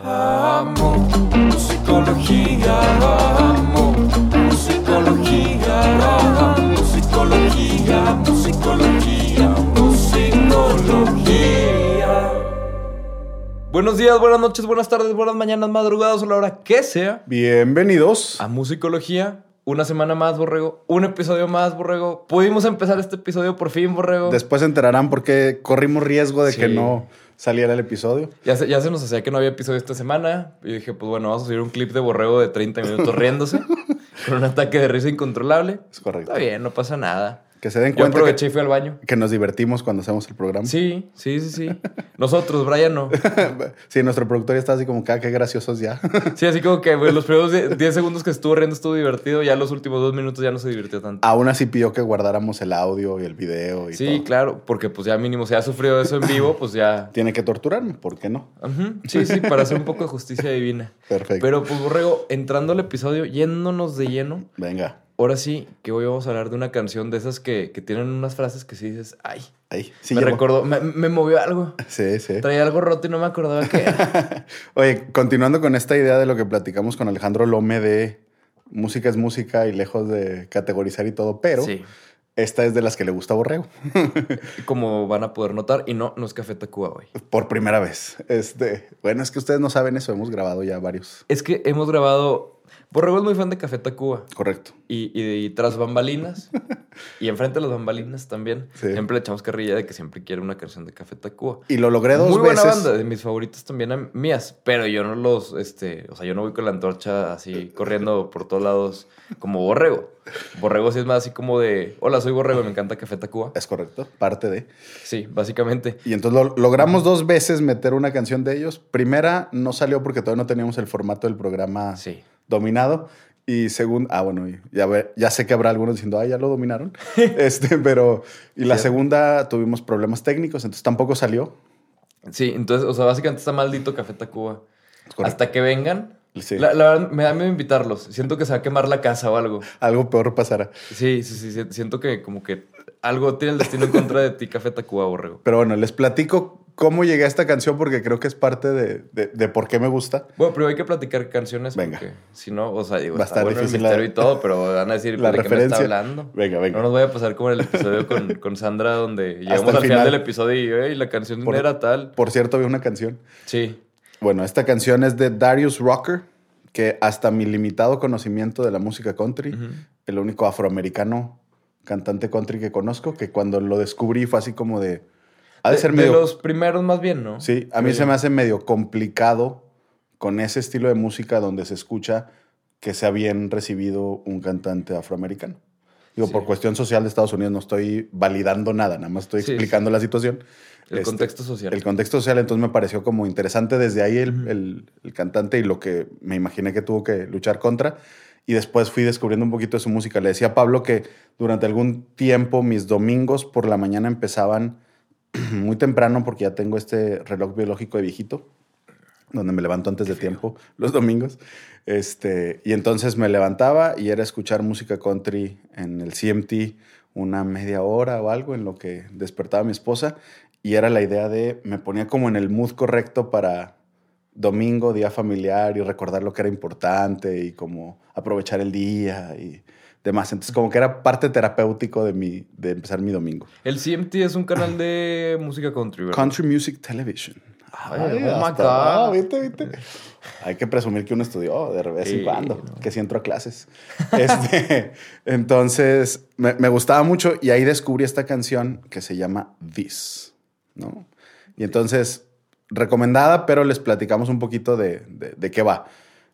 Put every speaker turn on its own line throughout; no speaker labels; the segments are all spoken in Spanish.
Amo musicología, amo musicología, amo musicología, musicología, musicología.
Buenos días, buenas noches, buenas tardes, buenas mañanas, madrugadas o la hora que sea
Bienvenidos.
a Musicología. Una semana más, Borrego. Un episodio más, Borrego. Pudimos empezar este episodio por fin, Borrego.
Después se enterarán por qué corrimos riesgo de
Sí.
que no saliera el episodio.
Ya se, ya se nos hacía que no había episodio esta semana. Y dije, pues bueno, vamos a subir un clip de Borrego de 30 minutos riéndose. con un ataque de risa incontrolable.
Es correcto.
Está bien, no pasa nada.
Que se den
Yo
cuenta
aproveché
que,
y
Mm.
fui al baño.
que nos divertimos cuando hacemos el programa.
Sí, sí, sí, sí. Nosotros, Brian, no.
Sí, nuestro productor ya está así como, "Ah, qué graciosos ya.
Sí, así como que pues, los primeros die- 10 segundos que estuvo riendo estuvo divertido, ya los últimos dos minutos ya no se divirtió tanto.
Aún así pidió que guardáramos el audio y el video Ah, y
Sí,
todo.
claro, porque pues ya mínimo se ha sufrido eso en vivo, pues ya...
Tiene que torturarme, ¿por qué no?
Ujú, Sí, sí, para hacer un poco de justicia divina.
Perfecto.
Pero pues Borrego, entrando al episodio, yéndonos de lleno,
Venga,
ahora sí que hoy vamos a hablar de una canción de esas que, que tienen unas frases que sí dices, ay,
ahí. Sí,
me
llegó.
recordó, me, me movió algo,
Sí, sí.
traía algo roto y no me acordaba qué era.
Oye, continuando con esta idea de lo que platicamos con Alejandro Lome de música es música y lejos de categorizar y todo, pero
Sí,
esta es de las que le gusta a Borrego.
como van a poder notar, y no, no es Café Tacuba hoy.
Por primera vez. Este, bueno, es que ustedes no saben eso, hemos grabado ya varios.
Es que hemos grabado. Borrego es muy fan de Café Tacuba
Correcto.
y, y- y tras bambalinas y enfrente de las bambalinas también.
Sí.
Siempre le echamos carrilla de que siempre quiere una canción de Café Tacuba.
Y lo logré dos
Muy buena
veces.
banda, de mis favoritos también a- mías, pero yo no los, este, o sea, yo no voy con la antorcha así corriendo por todos lados como Borrego. Borrego sí es más así como de, hola, soy Borrego y me encanta Café Tacuba.
Es correcto, parte de.
Sí, básicamente.
Y entonces lo- logramos dos veces meter una canción de ellos. Primera no salió porque todavía no teníamos el formato del programa
Sí.
dominado. Y según, ah, bueno, y ya, ve- ya sé que habrá algunos diciendo, ah, ya lo dominaron. este, pero, y la
Cierto.
segunda tuvimos problemas técnicos, entonces tampoco salió.
Sí, entonces, o sea, básicamente está maldito Café Tacuba.
Es correcto.
Hasta que vengan.
Sí.
La, la verdad, me da miedo invitarlos. Siento que se va a quemar la casa o algo.
Algo peor pasará.
Sí, sí, sí. sí, Siento que como que algo tiene el destino en contra de ti, Café Tacuba, Borrego.
Pero bueno, les platico cómo llegué a esta canción porque creo que es parte de, de- de por qué me gusta.
Bueno, pero hay que platicar canciones
Venga.
porque si no, o sea, digo,
Va a
está
estar
bueno el
difícil la-
misterio y todo, pero van a decir
la
pues, de qué me está
referencia.
hablando.
Venga, venga.
No nos vaya a pasar como en el episodio con, con Sandra, donde llegamos
el
al final
final.
del episodio y, "Ey, la canción
Por-
era tal.
Por cierto, había una canción.
Sí.
Bueno, esta canción es de Darius Rocker, que hasta mi limitado conocimiento de la música country, el único afroamericano cantante country que conozco, que cuando lo descubrí fue así como de... Ha de,
De-
ser
de
medio...
los primeros más bien, ¿no?
Sí, a mí se me hace medio complicado con ese estilo de música donde se escucha que sea bien recibido un cantante afroamericano. Digo,
Sí.
por cuestión social de Estados Unidos no estoy validando nada, nada más estoy
Sí,
explicando la situación.
El
Este,
contexto social.
el contexto social, entonces me pareció como interesante desde ahí el, el- el cantante y lo que me imaginé que tuvo que luchar contra. Y después fui descubriendo un poquito de su música. Le decía a Pablo que durante algún tiempo mis domingos por la mañana empezaban muy temprano porque ya tengo este reloj biológico de viejito donde me levanto antes de tiempo los domingos. Este, y entonces me levantaba y era escuchar música country en el CMT una media hora o algo en lo que despertaba mi esposa y era la idea de me ponía como en el mood correcto para domingo, día familiar y recordar lo que era importante y como aprovechar el día y demás. Entonces como que era parte terapéutico de mi de empezar mi domingo.
El CMT es un canal de música country, ¿verdad?
Country Music Television.
Ay,
Ay,
oh my
hasta-
God.
ah, viste, viste. Hay que presumir que uno estudió de vez
Sí,
en cuando,
no.
que sí entró a clases. Este, entonces, me, me gustaba mucho y ahí descubrí esta canción que se llama This, ¿no? Y entonces, recomendada, pero les platicamos un poquito de, de- de qué va.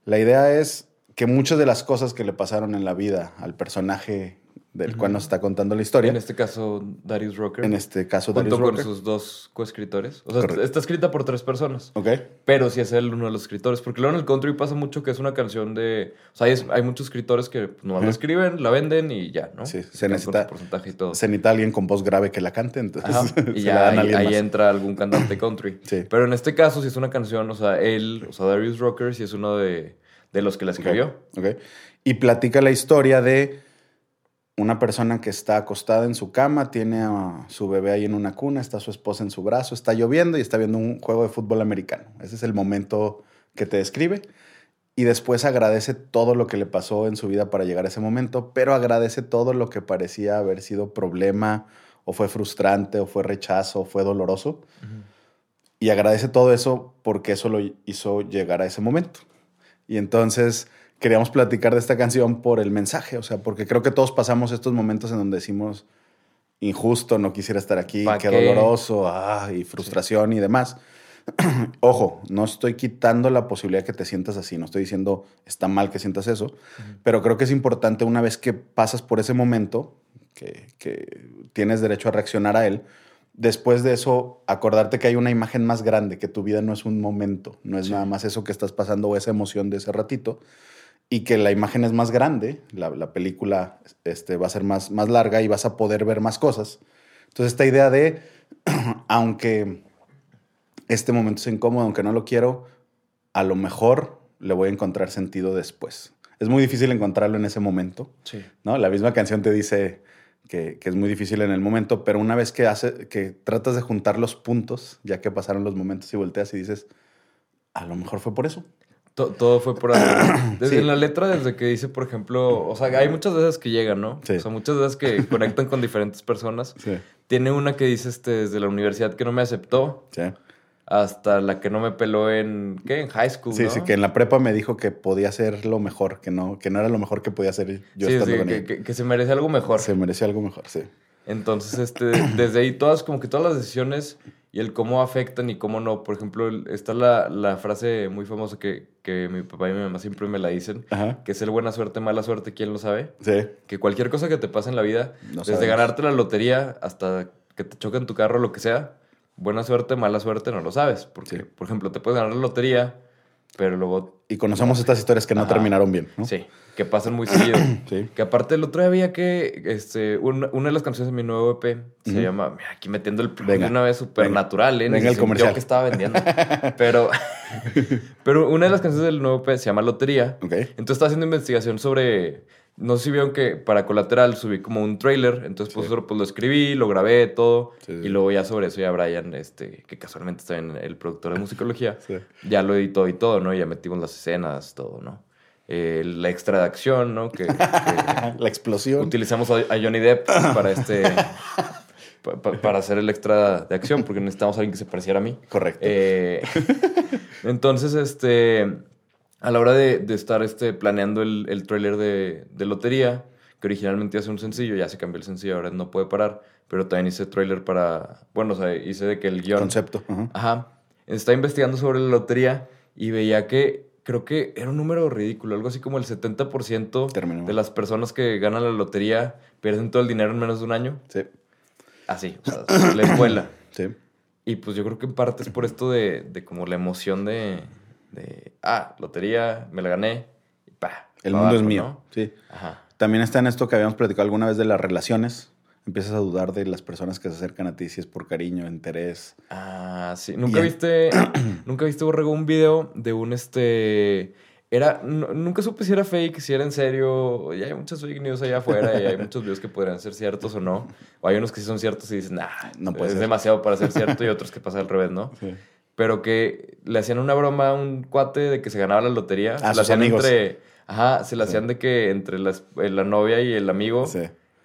La idea es que muchas de las cosas que le pasaron en la vida al personaje del cual nos está contando la historia,
En este caso, Darius Rocker.
en este caso,
junto
Darius
con
Rucker.
sus dos coescritores. O sea,
Correcto.
está escrita por tres personas.
Ok,
Pero sí es él uno de los escritores. Porque luego en el country pasa mucho que es una canción de. O sea, hay, es- hay muchos escritores que no la
Ujú.
escriben, la venden y ya, ¿no?
Sí,
Y
se
quedan con
necesita-
su porcentaje y todo.
se necesita alguien con voz grave que la cante, entonces
Ajá,
se
y
la
ya
dan a
ahí,
alguien
ahí
más.
entra algún cantante country.
Sí.
Pero en este caso, si es una canción, o sea, él, o sea, Darius Rocker, sí es uno de, de los que la escribió.
Ok. Y platica la historia de una persona que está acostada en su cama, tiene a su bebé ahí en una cuna, está su esposa en su brazo, está lloviendo y está viendo un juego de fútbol americano. Ese es el momento que te describe. Y después agradece todo lo que le pasó en su vida para llegar a ese momento, pero agradece todo lo que parecía haber sido problema, o fue frustrante, o fue rechazo, o fue doloroso. Y agradece todo eso porque eso lo hizo llegar a ese momento. Y entonces queríamos platicar de esta canción por el mensaje, o sea, porque creo que todos pasamos estos momentos en donde decimos injusto, no quisiera estar aquí,
¿Pa
qué
qué?
doloroso, ah, y frustración y demás. Ojo, no estoy quitando la posibilidad que te sientas así, no estoy diciendo está mal que sientas eso, pero creo que es importante una vez que pasas por ese momento, que, que tienes derecho a reaccionar a él, después de eso acordarte que hay una imagen más grande, que tu vida no es un momento, no es nada más eso que estás pasando o esa emoción de ese ratito, y que la imagen es más grande, la, la película este, va a ser más, más larga y vas a poder ver más cosas. Entonces esta idea de, aunque este momento es incómodo, aunque no lo quiero, a lo mejor le voy a encontrar sentido después. Es muy difícil encontrarlo en ese momento,
Sí.
¿no? La misma canción te dice que, que es muy difícil en el momento, pero una vez que, hace, que tratas de juntar los puntos, ya que pasaron los momentos y volteas y dices, a lo mejor fue por eso.
To- todo fue por ahí. Desde
Sí.
en la letra, desde que dice, por ejemplo, o sea, hay muchas veces que llegan, ¿no?
Sí.
O sea, muchas veces que conectan con diferentes personas.
Sí.
Tiene una que dice este, desde la universidad que no me aceptó
Sí,
hasta la que no me peló en, ¿qué? En high school,
sí,
¿no?
sí, que en la prepa me dijo que podía ser lo mejor, que no, que no era lo mejor que podía hacer yo
Sí,
estando
sí,
con
que,
ella.
que- que se merece algo mejor.
Se merecía algo mejor, sí.
Entonces, este, desde ahí todas, como que todas las decisiones y el cómo afectan y cómo no. Por ejemplo, el- está la, la frase muy famosa que, que mi papá y mi mamá siempre me la dicen,
Ajá.
que es el buena suerte, mala suerte, ¿quién lo sabe?
Sí.
que cualquier cosa que te pase en la vida,
No
desde
sabemos.
ganarte la lotería hasta que te choque en tu carro, lo que sea, buena suerte, mala suerte, no lo sabes. Porque,
Sí.
por ejemplo, te puedes ganar la lotería, pero luego,
Y conocemos estas historias que no
Ajá.
terminaron bien, ¿no?
sí, que pasan muy seguido.
Sí.
Que aparte el otro día había que este, una, una de las canciones de mi nuevo EP se
Ujú.
llama, mira, aquí metiendo el plug
Venga,
de una vez supernatural, ¿eh? Ni
venga el
se sintió
comercial.
que estaba vendiendo. Pero, pero una de las canciones del nuevo EP se llama Lotería.
Ok.
Entonces estaba haciendo investigación sobre. No sé si vieron que para colateral subí como un trailer. Entonces, pues,
Sí.
eso, pues, lo escribí, lo grabé, todo.
Sí, sí.
Y luego ya sobre eso ya Brian, este, que casualmente está en el productor de musicología,
Sí.
ya lo editó y todo, ¿no? Ya metimos las escenas, todo, ¿no? Eh, la extra de acción, ¿no? Que, que
Ah, La explosión.
utilizamos a, a Johnny Depp para este. pa- pa- para hacer el extra de acción, porque necesitamos a alguien que se pareciera a mí.
Correcto.
Eh, entonces, este, a la hora de, de estar este, planeando el, el tráiler de, de Lotería, que originalmente hace un sencillo, ya se cambió el sencillo, ahora no puede parar, pero también hice tráiler para, bueno, o sea, hice de que el guión...
Concepto. Ajá.
Ajá. Estaba investigando sobre la lotería y veía que creo que era un número ridículo, algo así como el 70%
Terminó.
de las personas que ganan la lotería pierden todo el dinero en menos de un año.
Sí.
Así, o sea, les vuela.
Sí.
Y pues yo creo que en parte es por esto de, de como la emoción de, de, ah, lotería, me la gané, y pa.
El
pa'
mundo es
abajo,
mío.
¿no?
Sí.
Ajá.
También está en esto que habíamos platicado alguna vez de las relaciones. Empiezas a dudar de las personas que se acercan a ti, si es por cariño, interés.
Ah, sí. ¿Nunca
Y-
viste, nunca viste, Borrego, un video de un este... Era, no- nunca supe si era fake, si era en serio. Ya hay muchas fake news allá afuera y hay muchos videos que podrían ser ciertos o no. O hay unos que sí son ciertos y dicen, nah,
No puede
es
ser".
demasiado para ser cierto y otros que pasa al revés, ¿no?
Sí.
pero que le hacían una broma a un cuate de que se ganaba la lotería. se la
sus
hacían
amigos.
entre. Ajá, se la
Sí.
hacían de que entre las- eh, la novia y el amigo.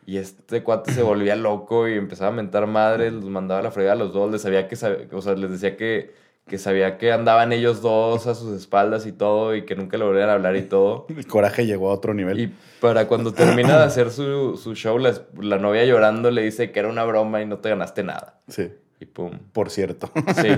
Y este cuate se volvía loco y empezaba a mentar madres, los mandaba a la fregada a los dos, les sabía que sab- o sea, les decía que, que sabía que andaban ellos dos a sus espaldas y todo, y que nunca le volvieran a hablar y todo.
El coraje llegó a otro nivel.
Y para cuando termina de hacer su, su show, la, es- la novia llorando le dice que era una broma y no te ganaste nada.
Sí.
Y pum.
Por cierto.
Sí.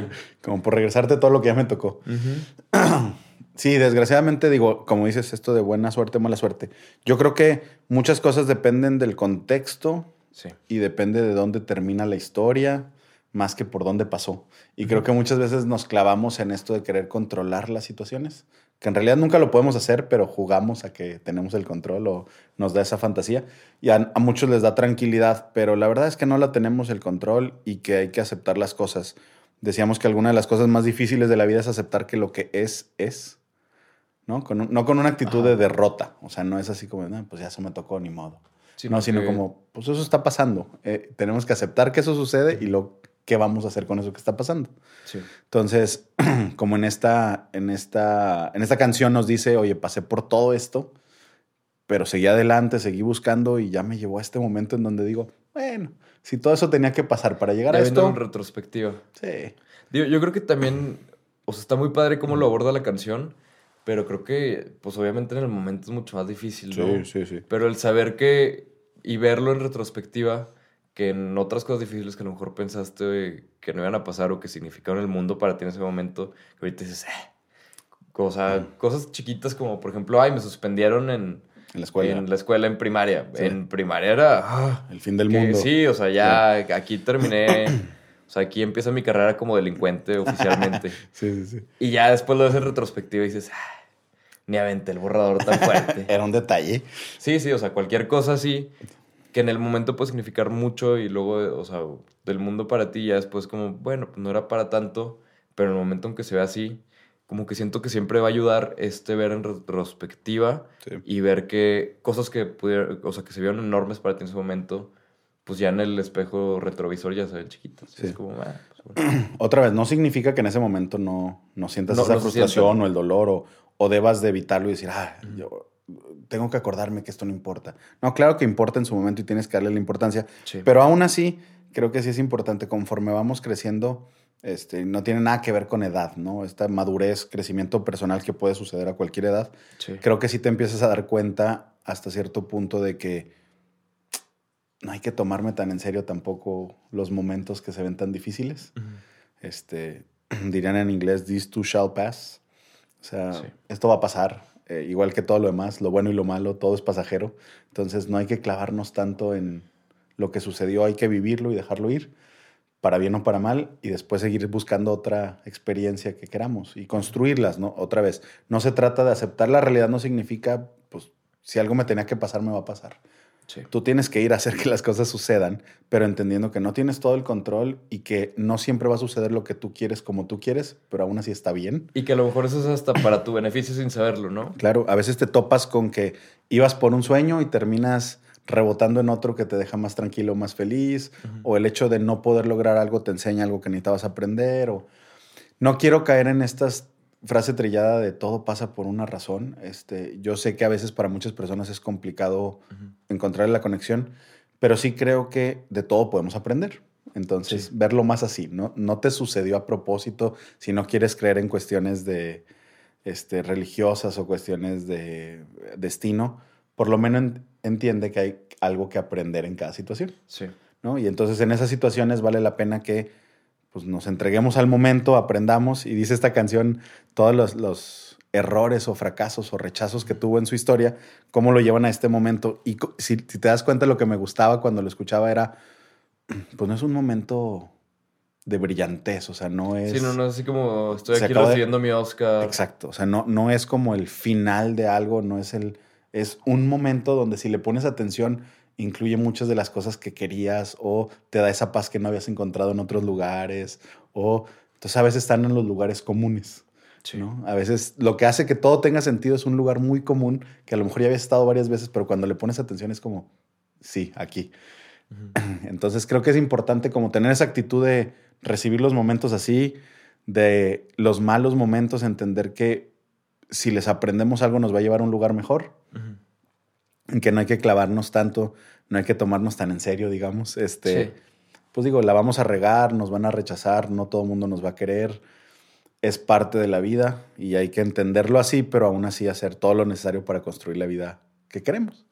Como por regresarte todo lo que ya me tocó.
Ujú.
Sí, desgraciadamente digo, como dices, esto de buena suerte, mala suerte. Yo creo que muchas cosas dependen del contexto
Sí.
y depende de dónde termina la historia, más que por dónde pasó. Y creo que muchas veces nos clavamos en esto de querer controlar las situaciones, que en realidad nunca lo podemos hacer, pero jugamos a que tenemos el control o nos da esa fantasía. Y a, a muchos les da tranquilidad, pero la verdad es que no la tenemos el control y que hay que aceptar las cosas. Decíamos que alguna de las cosas más difíciles de la vida es aceptar que lo que es, es. ¿no? Con un- no con una actitud
Ajá.
de derrota. O sea, no es así como, "No, pues ya se me tocó, ni modo. no, sino
que-
como, pues eso está pasando. Eh, tenemos que aceptar que eso sucede y lo qué vamos a hacer con eso que está pasando.
Sí.
Entonces, como en esta, en esta, en esta canción nos dice, oye, pasé por todo esto, pero seguí adelante, seguí buscando y ya me llevó a este momento en donde digo, bueno, si todo eso tenía que pasar para llegar
Ya
a
viéndolo
esto,
en retrospectiva.
sí,
Digo, yo creo que también, o sea, está muy padre cómo lo aborda la canción, pero creo que, pues obviamente en el momento es mucho más difícil, ¿no?
sí, sí.
Pero el saber que y verlo en retrospectiva, que en otras cosas difíciles que a lo mejor pensaste que no iban a pasar o que significaron el mundo para ti en ese momento, que ahorita dices, eh. O sea, cosas chiquitas como, por ejemplo, ay, me suspendieron en,
En la escuela,
en la escuela en primaria.
Sí.
En primaria era, ah,
el fin del
que
mundo.
Sí, o sea, ya aquí terminé. O sea, aquí empieza mi carrera como delincuente oficialmente.
sí, sí, sí.
y ya después lo ves en retrospectiva y dices, "Ah, ni aventé el borrador tan fuerte.
Era un detalle.
Sí, sí, o sea, cualquier cosa así que en el momento puede significar mucho y luego, o sea, del mundo para ti ya después como, bueno, pues no era para tanto, pero en el momento en que se ve así, como que siento que siempre va a ayudar este ver en retrospectiva
Sí.
y ver que cosas que pudieron, o sea, que se vieron enormes para ti en su momento, pues ya en el espejo retrovisor ya se ven chiquitas.
Sí.
Es como, ah, pues bueno.
Otra vez, no significa que en ese momento no, no sientas
No,
esa
no se
frustración
sienta.
o el dolor o, o debas de evitarlo y decir, ah, yo tengo que acordarme que esto no importa. No, claro que importa en su momento y tienes que darle la importancia,
Sí.
pero aún así creo que sí es importante conforme vamos creciendo. Este, no tiene nada que ver con edad, ¿no? Esta madurez, crecimiento personal que puede suceder a cualquier edad.
Sí.
Creo que sí te empiezas a dar cuenta hasta cierto punto de que no hay que tomarme tan en serio tampoco los momentos que se ven tan difíciles
Ujú.
este, dirían en inglés, this too shall pass. O sea,
Sí.
esto va a pasar, eh, igual que todo lo demás, lo bueno y lo malo, todo es pasajero. Entonces no hay que clavarnos tanto en lo que sucedió, hay que vivirlo y dejarlo ir, para bien o para mal, y después seguir buscando otra experiencia que queramos y construirlas, ¿no? Otra vez, no se trata de aceptar la realidad, no significa, pues, si algo me tenía que pasar, me va a pasar.
Sí.
Tú tienes que ir a hacer que las cosas sucedan, pero entendiendo que no tienes todo el control y que no siempre va a suceder lo que tú quieres como tú quieres, pero aún así está bien.
Y que a lo mejor eso es hasta para tu beneficio sin saberlo, ¿no?
Claro, a veces te topas con que ibas por un sueño y terminas rebotando en otro que te deja más tranquilo, más feliz, o el hecho de no poder lograr algo te enseña algo que necesitabas aprender, o no quiero caer en esta frase trillada de todo pasa por una razón. Este, yo sé que a veces para muchas personas es complicado encontrar la conexión, pero sí creo que de todo podemos aprender. Entonces,
Sí.
verlo más así, ¿no? No te sucedió a propósito si no quieres creer en cuestiones de este, religiosas o cuestiones de eh, destino, por lo menos en- entiende que hay algo que aprender en cada situación,
Sí.
¿no? Y entonces en esas situaciones vale la pena que pues, nos entreguemos al momento, aprendamos, y dice esta canción todos los, los errores o fracasos o rechazos que tuvo en su historia, cómo lo llevan a este momento. Y co- si, si te das cuenta, lo que me gustaba cuando lo escuchaba era, pues no es un momento de brillantez, o sea, no es...
Sí, no, no es así como estoy
Se
aquí
acaba de-
recibiendo mi Oscar.
Exacto, o sea, no, no es como el final de algo, no es el... Es un momento donde si le pones atención, incluye muchas de las cosas que querías o te da esa paz que no habías encontrado en otros lugares o... Entonces a veces están en los lugares comunes,
Sí.
¿no? A veces lo que hace que todo tenga sentido es un lugar muy común que a lo mejor ya habías estado varias veces, pero cuando le pones atención es como, sí, aquí.
Ujú.
Entonces creo que es importante como tener esa actitud de recibir los momentos así, de los malos momentos, entender que si les aprendemos algo nos va a llevar a un lugar mejor,
Ujú.
en que no hay que clavarnos tanto, no hay que tomarnos tan en serio, digamos. Este,
Sí.
Pues digo, la vamos a regar, nos van a rechazar, no todo el mundo nos va a querer, es parte de la vida y hay que entenderlo así, pero aún así hacer todo lo necesario para construir la vida que queremos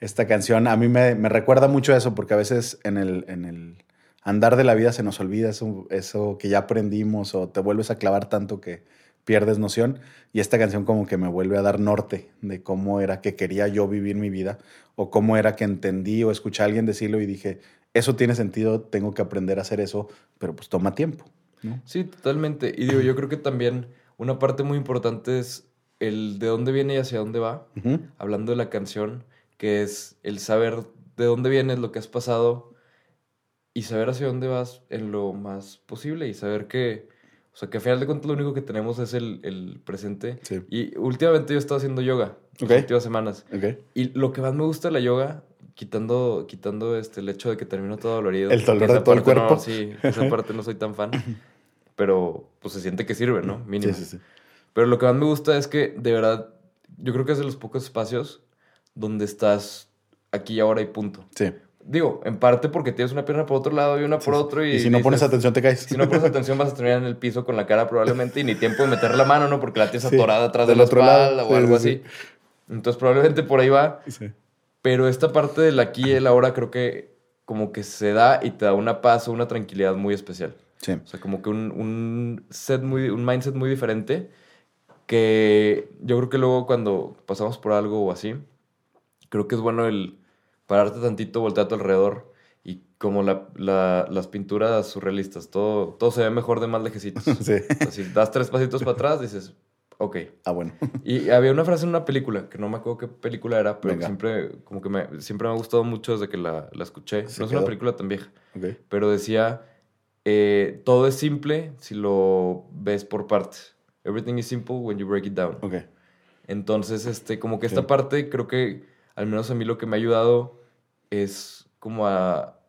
esta canción. A mí me, me recuerda mucho a eso, porque a veces en el, en el andar de la vida se nos olvida eso, eso que ya aprendimos o te vuelves a clavar tanto que pierdes noción. Y esta canción como que me vuelve a dar norte de cómo era que quería yo vivir mi vida o cómo era que entendí o escuché a alguien decirlo y dije, eso tiene sentido, tengo que aprender a hacer eso, pero pues toma tiempo. ¿no?
Sí, totalmente. Y digo, yo creo que también una parte muy importante es el de dónde viene y hacia dónde va,
Ujú.
hablando de la canción, que es el saber de dónde vienes, lo que has pasado y saber hacia dónde vas en lo más posible y saber que, o sea, que al final de cuentas lo único que tenemos es el, el presente.
Sí.
Y últimamente yo he estado haciendo yoga,
Ok.
las últimas semanas.
Ok.
Y lo que más me gusta de la yoga, quitando, quitando este, el hecho de que termino todo dolorido.
El dolor
Esa
de todo el
parte no,
cuerpo.
sí, esa parte no soy tan fan. Pero pues se siente que sirve, ¿no? Mínimo.
Sí, sí, sí.
Pero lo que más me gusta es que, de verdad, yo creo que es de los pocos espacios donde estás aquí y ahora y punto.
Sí.
Digo, en parte porque tienes una pierna por otro lado y una por otro. Y,
Y, si no
dices,
pones atención, te caes.
Si no pones atención, vas a terminar en el piso con la cara probablemente y ni tiempo de meter la mano, ¿no? Porque la tienes
Sí,
atorada atrás de
del
la
otro
espalda
lado.
o
Sí,
algo
sí, sí.
así. Entonces, probablemente por ahí va.
Sí.
Pero esta parte del aquí y el ahora creo que como que se da y te da una paz o una tranquilidad muy especial.
Sí.
O sea, como que un, un set muy, un mindset muy diferente que yo creo que luego cuando pasamos por algo o así, creo que es bueno el pararte tantito, voltear a tu alrededor y como la, la- las pinturas surrealistas, todo, todo se ve mejor de más lejecitos.
Sí.
Así, das tres pasitos para atrás, dices, ok,
Ah, bueno.
y había una frase en una película, que no me acuerdo qué película era, pero que
Venga.
siempre, como que me, siempre me ha gustado mucho desde que la, la escuché.
Se
no es
quedó.
una película tan vieja,
Ok.
pero decía, eh, todo es simple si lo ves por partes. Everything is simple when you break it down.
Ok.
Entonces, este, como que
Sí.
esta parte creo que, al menos a mí lo que me ha ayudado es como a...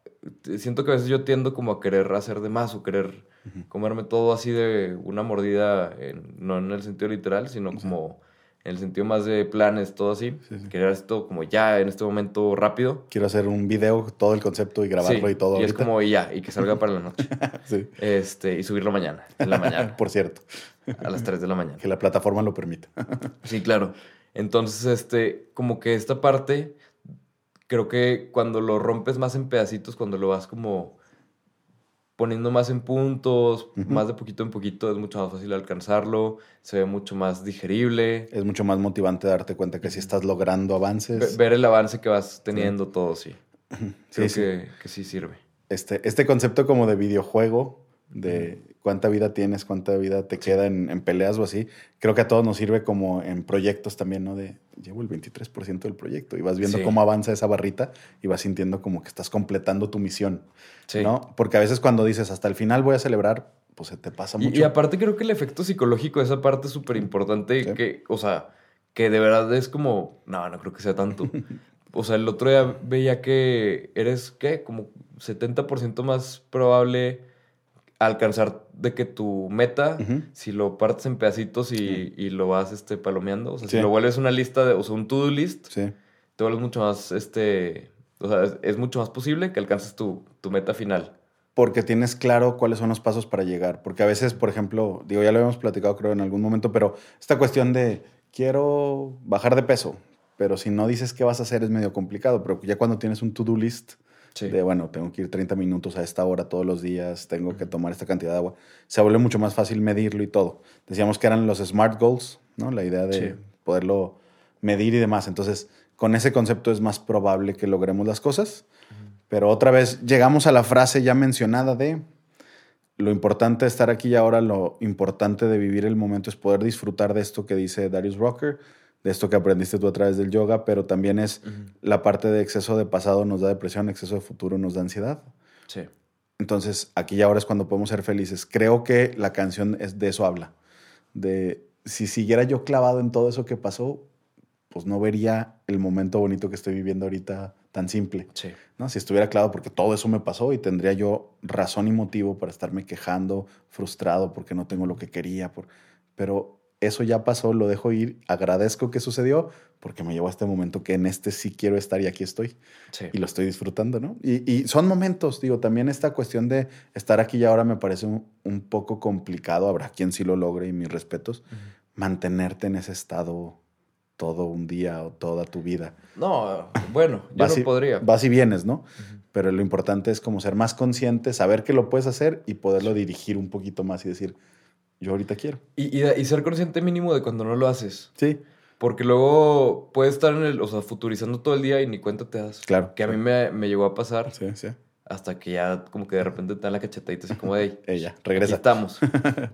Siento que a veces yo tiendo como a querer hacer de más o querer
Ujú.
comerme todo así de una mordida, en- no en el sentido literal, sino como en el sentido más de planes, todo así.
Sí, sí.
Querer esto como ya, en este momento, rápido.
Quiero hacer un video, todo el concepto y grabarlo
Sí,
y todo.
Y es
ahorita.
como y ya, y que salga para la noche.
Sí.
Este, y subirlo mañana, en la mañana,
Por cierto,
a las 3 de la mañana.
que la plataforma lo permita.
Sí, claro. Entonces, este, como que esta parte, creo que cuando lo rompes más en pedacitos, cuando lo vas como poniendo más en puntos,
Ujú.
más de poquito en poquito, es mucho más fácil alcanzarlo, se ve mucho más digerible,
Es mucho más motivante darte cuenta que si estás logrando
ve-
avances.
ver el avance que vas teniendo todo, sí. Creo
Sí, sí.
Que, que sí sirve.
Este, este concepto como de videojuego, de cuánta vida tienes, cuánta vida te queda en, en peleas o así, creo que a todos nos sirve como en proyectos también, ¿no? De llevo el 23% del proyecto y vas viendo
Sí.
cómo avanza esa barrita y vas sintiendo como que estás completando tu misión,
Sí.
¿no? Porque a veces cuando dices hasta el final voy a celebrar, pues se te pasa
Y-
mucho.
Y, aparte creo que el efecto psicológico, esa parte es súper importante,
Sí.
que, o sea, que de verdad es como, no, no creo que sea tanto. O sea, el otro día veía que eres, ¿qué? Como 70% más probable alcanzar de que tu meta,
Ujú.
si lo partes en pedacitos y, y lo vas este, palomeando, o sea,
Sí.
si lo vuelves una lista, de, o sea, un to-do list,
Sí,
te vuelves mucho más, este, o sea, es, es mucho más posible que alcances tu, tu meta final.
porque tienes claro cuáles son los pasos para llegar. Porque a veces, por ejemplo, digo, ya lo habíamos platicado creo en algún momento, pero esta cuestión de quiero bajar de peso, pero si no dices qué vas a hacer es medio complicado. Pero ya cuando tienes un to-do list
Sí.
de, bueno, tengo que ir 30 minutos a esta hora todos los días, tengo que tomar esta cantidad de agua, se vuelve mucho más fácil medirlo y todo. Decíamos que eran los smart goals, ¿no? La idea de
Sí.
poderlo medir y demás. Entonces, con ese concepto es más probable que logremos las cosas. Pero otra vez llegamos a la frase ya mencionada de lo importante de estar aquí y ahora, lo importante de vivir el momento es poder disfrutar de esto que dice Darius Rocker, de esto que aprendiste tú a través del yoga, pero también es
Ujú.
la parte de exceso de pasado nos da depresión, exceso de futuro nos da ansiedad.
Sí.
Entonces, aquí y ahora es cuando podemos ser felices. Creo que la canción es de eso habla. De si siguiera yo clavado en todo eso que pasó, pues no vería el momento bonito que estoy viviendo ahorita tan simple.
Sí.
¿no? Si estuviera claro, porque todo eso me pasó y tendría yo razón y motivo para estarme quejando, frustrado porque no tengo lo que quería. Por... Pero eso ya pasó, lo dejo ir, agradezco que sucedió porque me llevó a este momento que en este sí quiero estar y aquí estoy
Sí.
y lo estoy disfrutando, ¿no? Y, y son momentos, digo, también esta cuestión de estar aquí y ahora me parece un, un poco complicado, habrá quien sí lo logre y mis respetos,
Ujú.
mantenerte en ese estado todo un día o toda tu vida.
No, bueno, yo
Vas
no
y-
podría.
Vas y vienes, ¿no? Pero lo importante es como ser más consciente, saber que lo puedes hacer y poderlo dirigir un poquito más y decir, yo ahorita quiero.
Y, y- y ser consciente mínimo de cuando no lo haces.
Sí,
Porque luego puedes estar en el, o sea, futurizando todo el día y ni cuenta te das.
Claro.
Que a mí me, me llegó a pasar
sí, sí.
hasta que ya como que de repente te dan la cachetadita así como de ahí.
Ella, regresa.
estamos.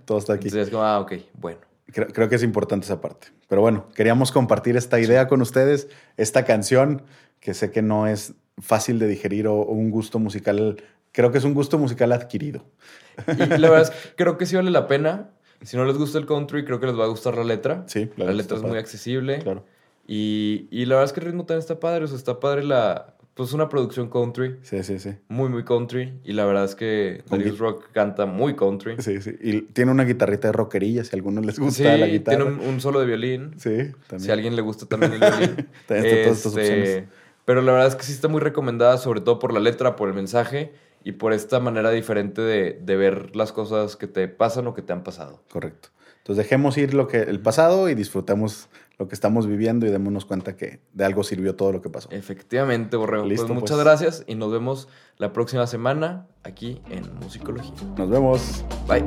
Todo está aquí.
Entonces es como, ah, ok, bueno.
Creo, creo que es importante esa parte. Pero bueno, queríamos compartir esta idea con ustedes, esta canción, que sé que no es fácil de digerir o, o un gusto musical. Creo que es un gusto musical adquirido.
Y la verdad es que creo que sí vale la pena. Si no les gusta el country, creo que les va a gustar la letra.
Sí,
la,
la letra
letra
está
es
padre.
muy accesible.
Claro.
Y, y la verdad es que el ritmo también está padre. O sea, está padre la, pues una producción country,
Sí, sí, sí.
muy, muy country. Y la verdad es que
Con
Darius
gui-
Rock canta muy country.
Sí, sí. Y tiene una guitarrita de rockerilla, si a algunos les gusta
Sí,
la guitarra.
tiene un, un solo de violín.
Sí, también.
Si a alguien le gusta también el violín. este,
También está todas estas opciones.
Pero la verdad es que sí está muy recomendada, sobre todo por la letra, por el mensaje y por esta manera diferente de, de ver las cosas que te pasan o que te han pasado.
Correcto. Entonces dejemos ir lo que el pasado y disfrutamos lo que estamos viviendo y démonos cuenta que de algo sirvió todo lo que
Eh.
pasó.
Efectivamente, Borrego.
Listo,
pues muchas
pues.
gracias y nos vemos la próxima semana aquí en Musicología.
Nos vemos.
Bye.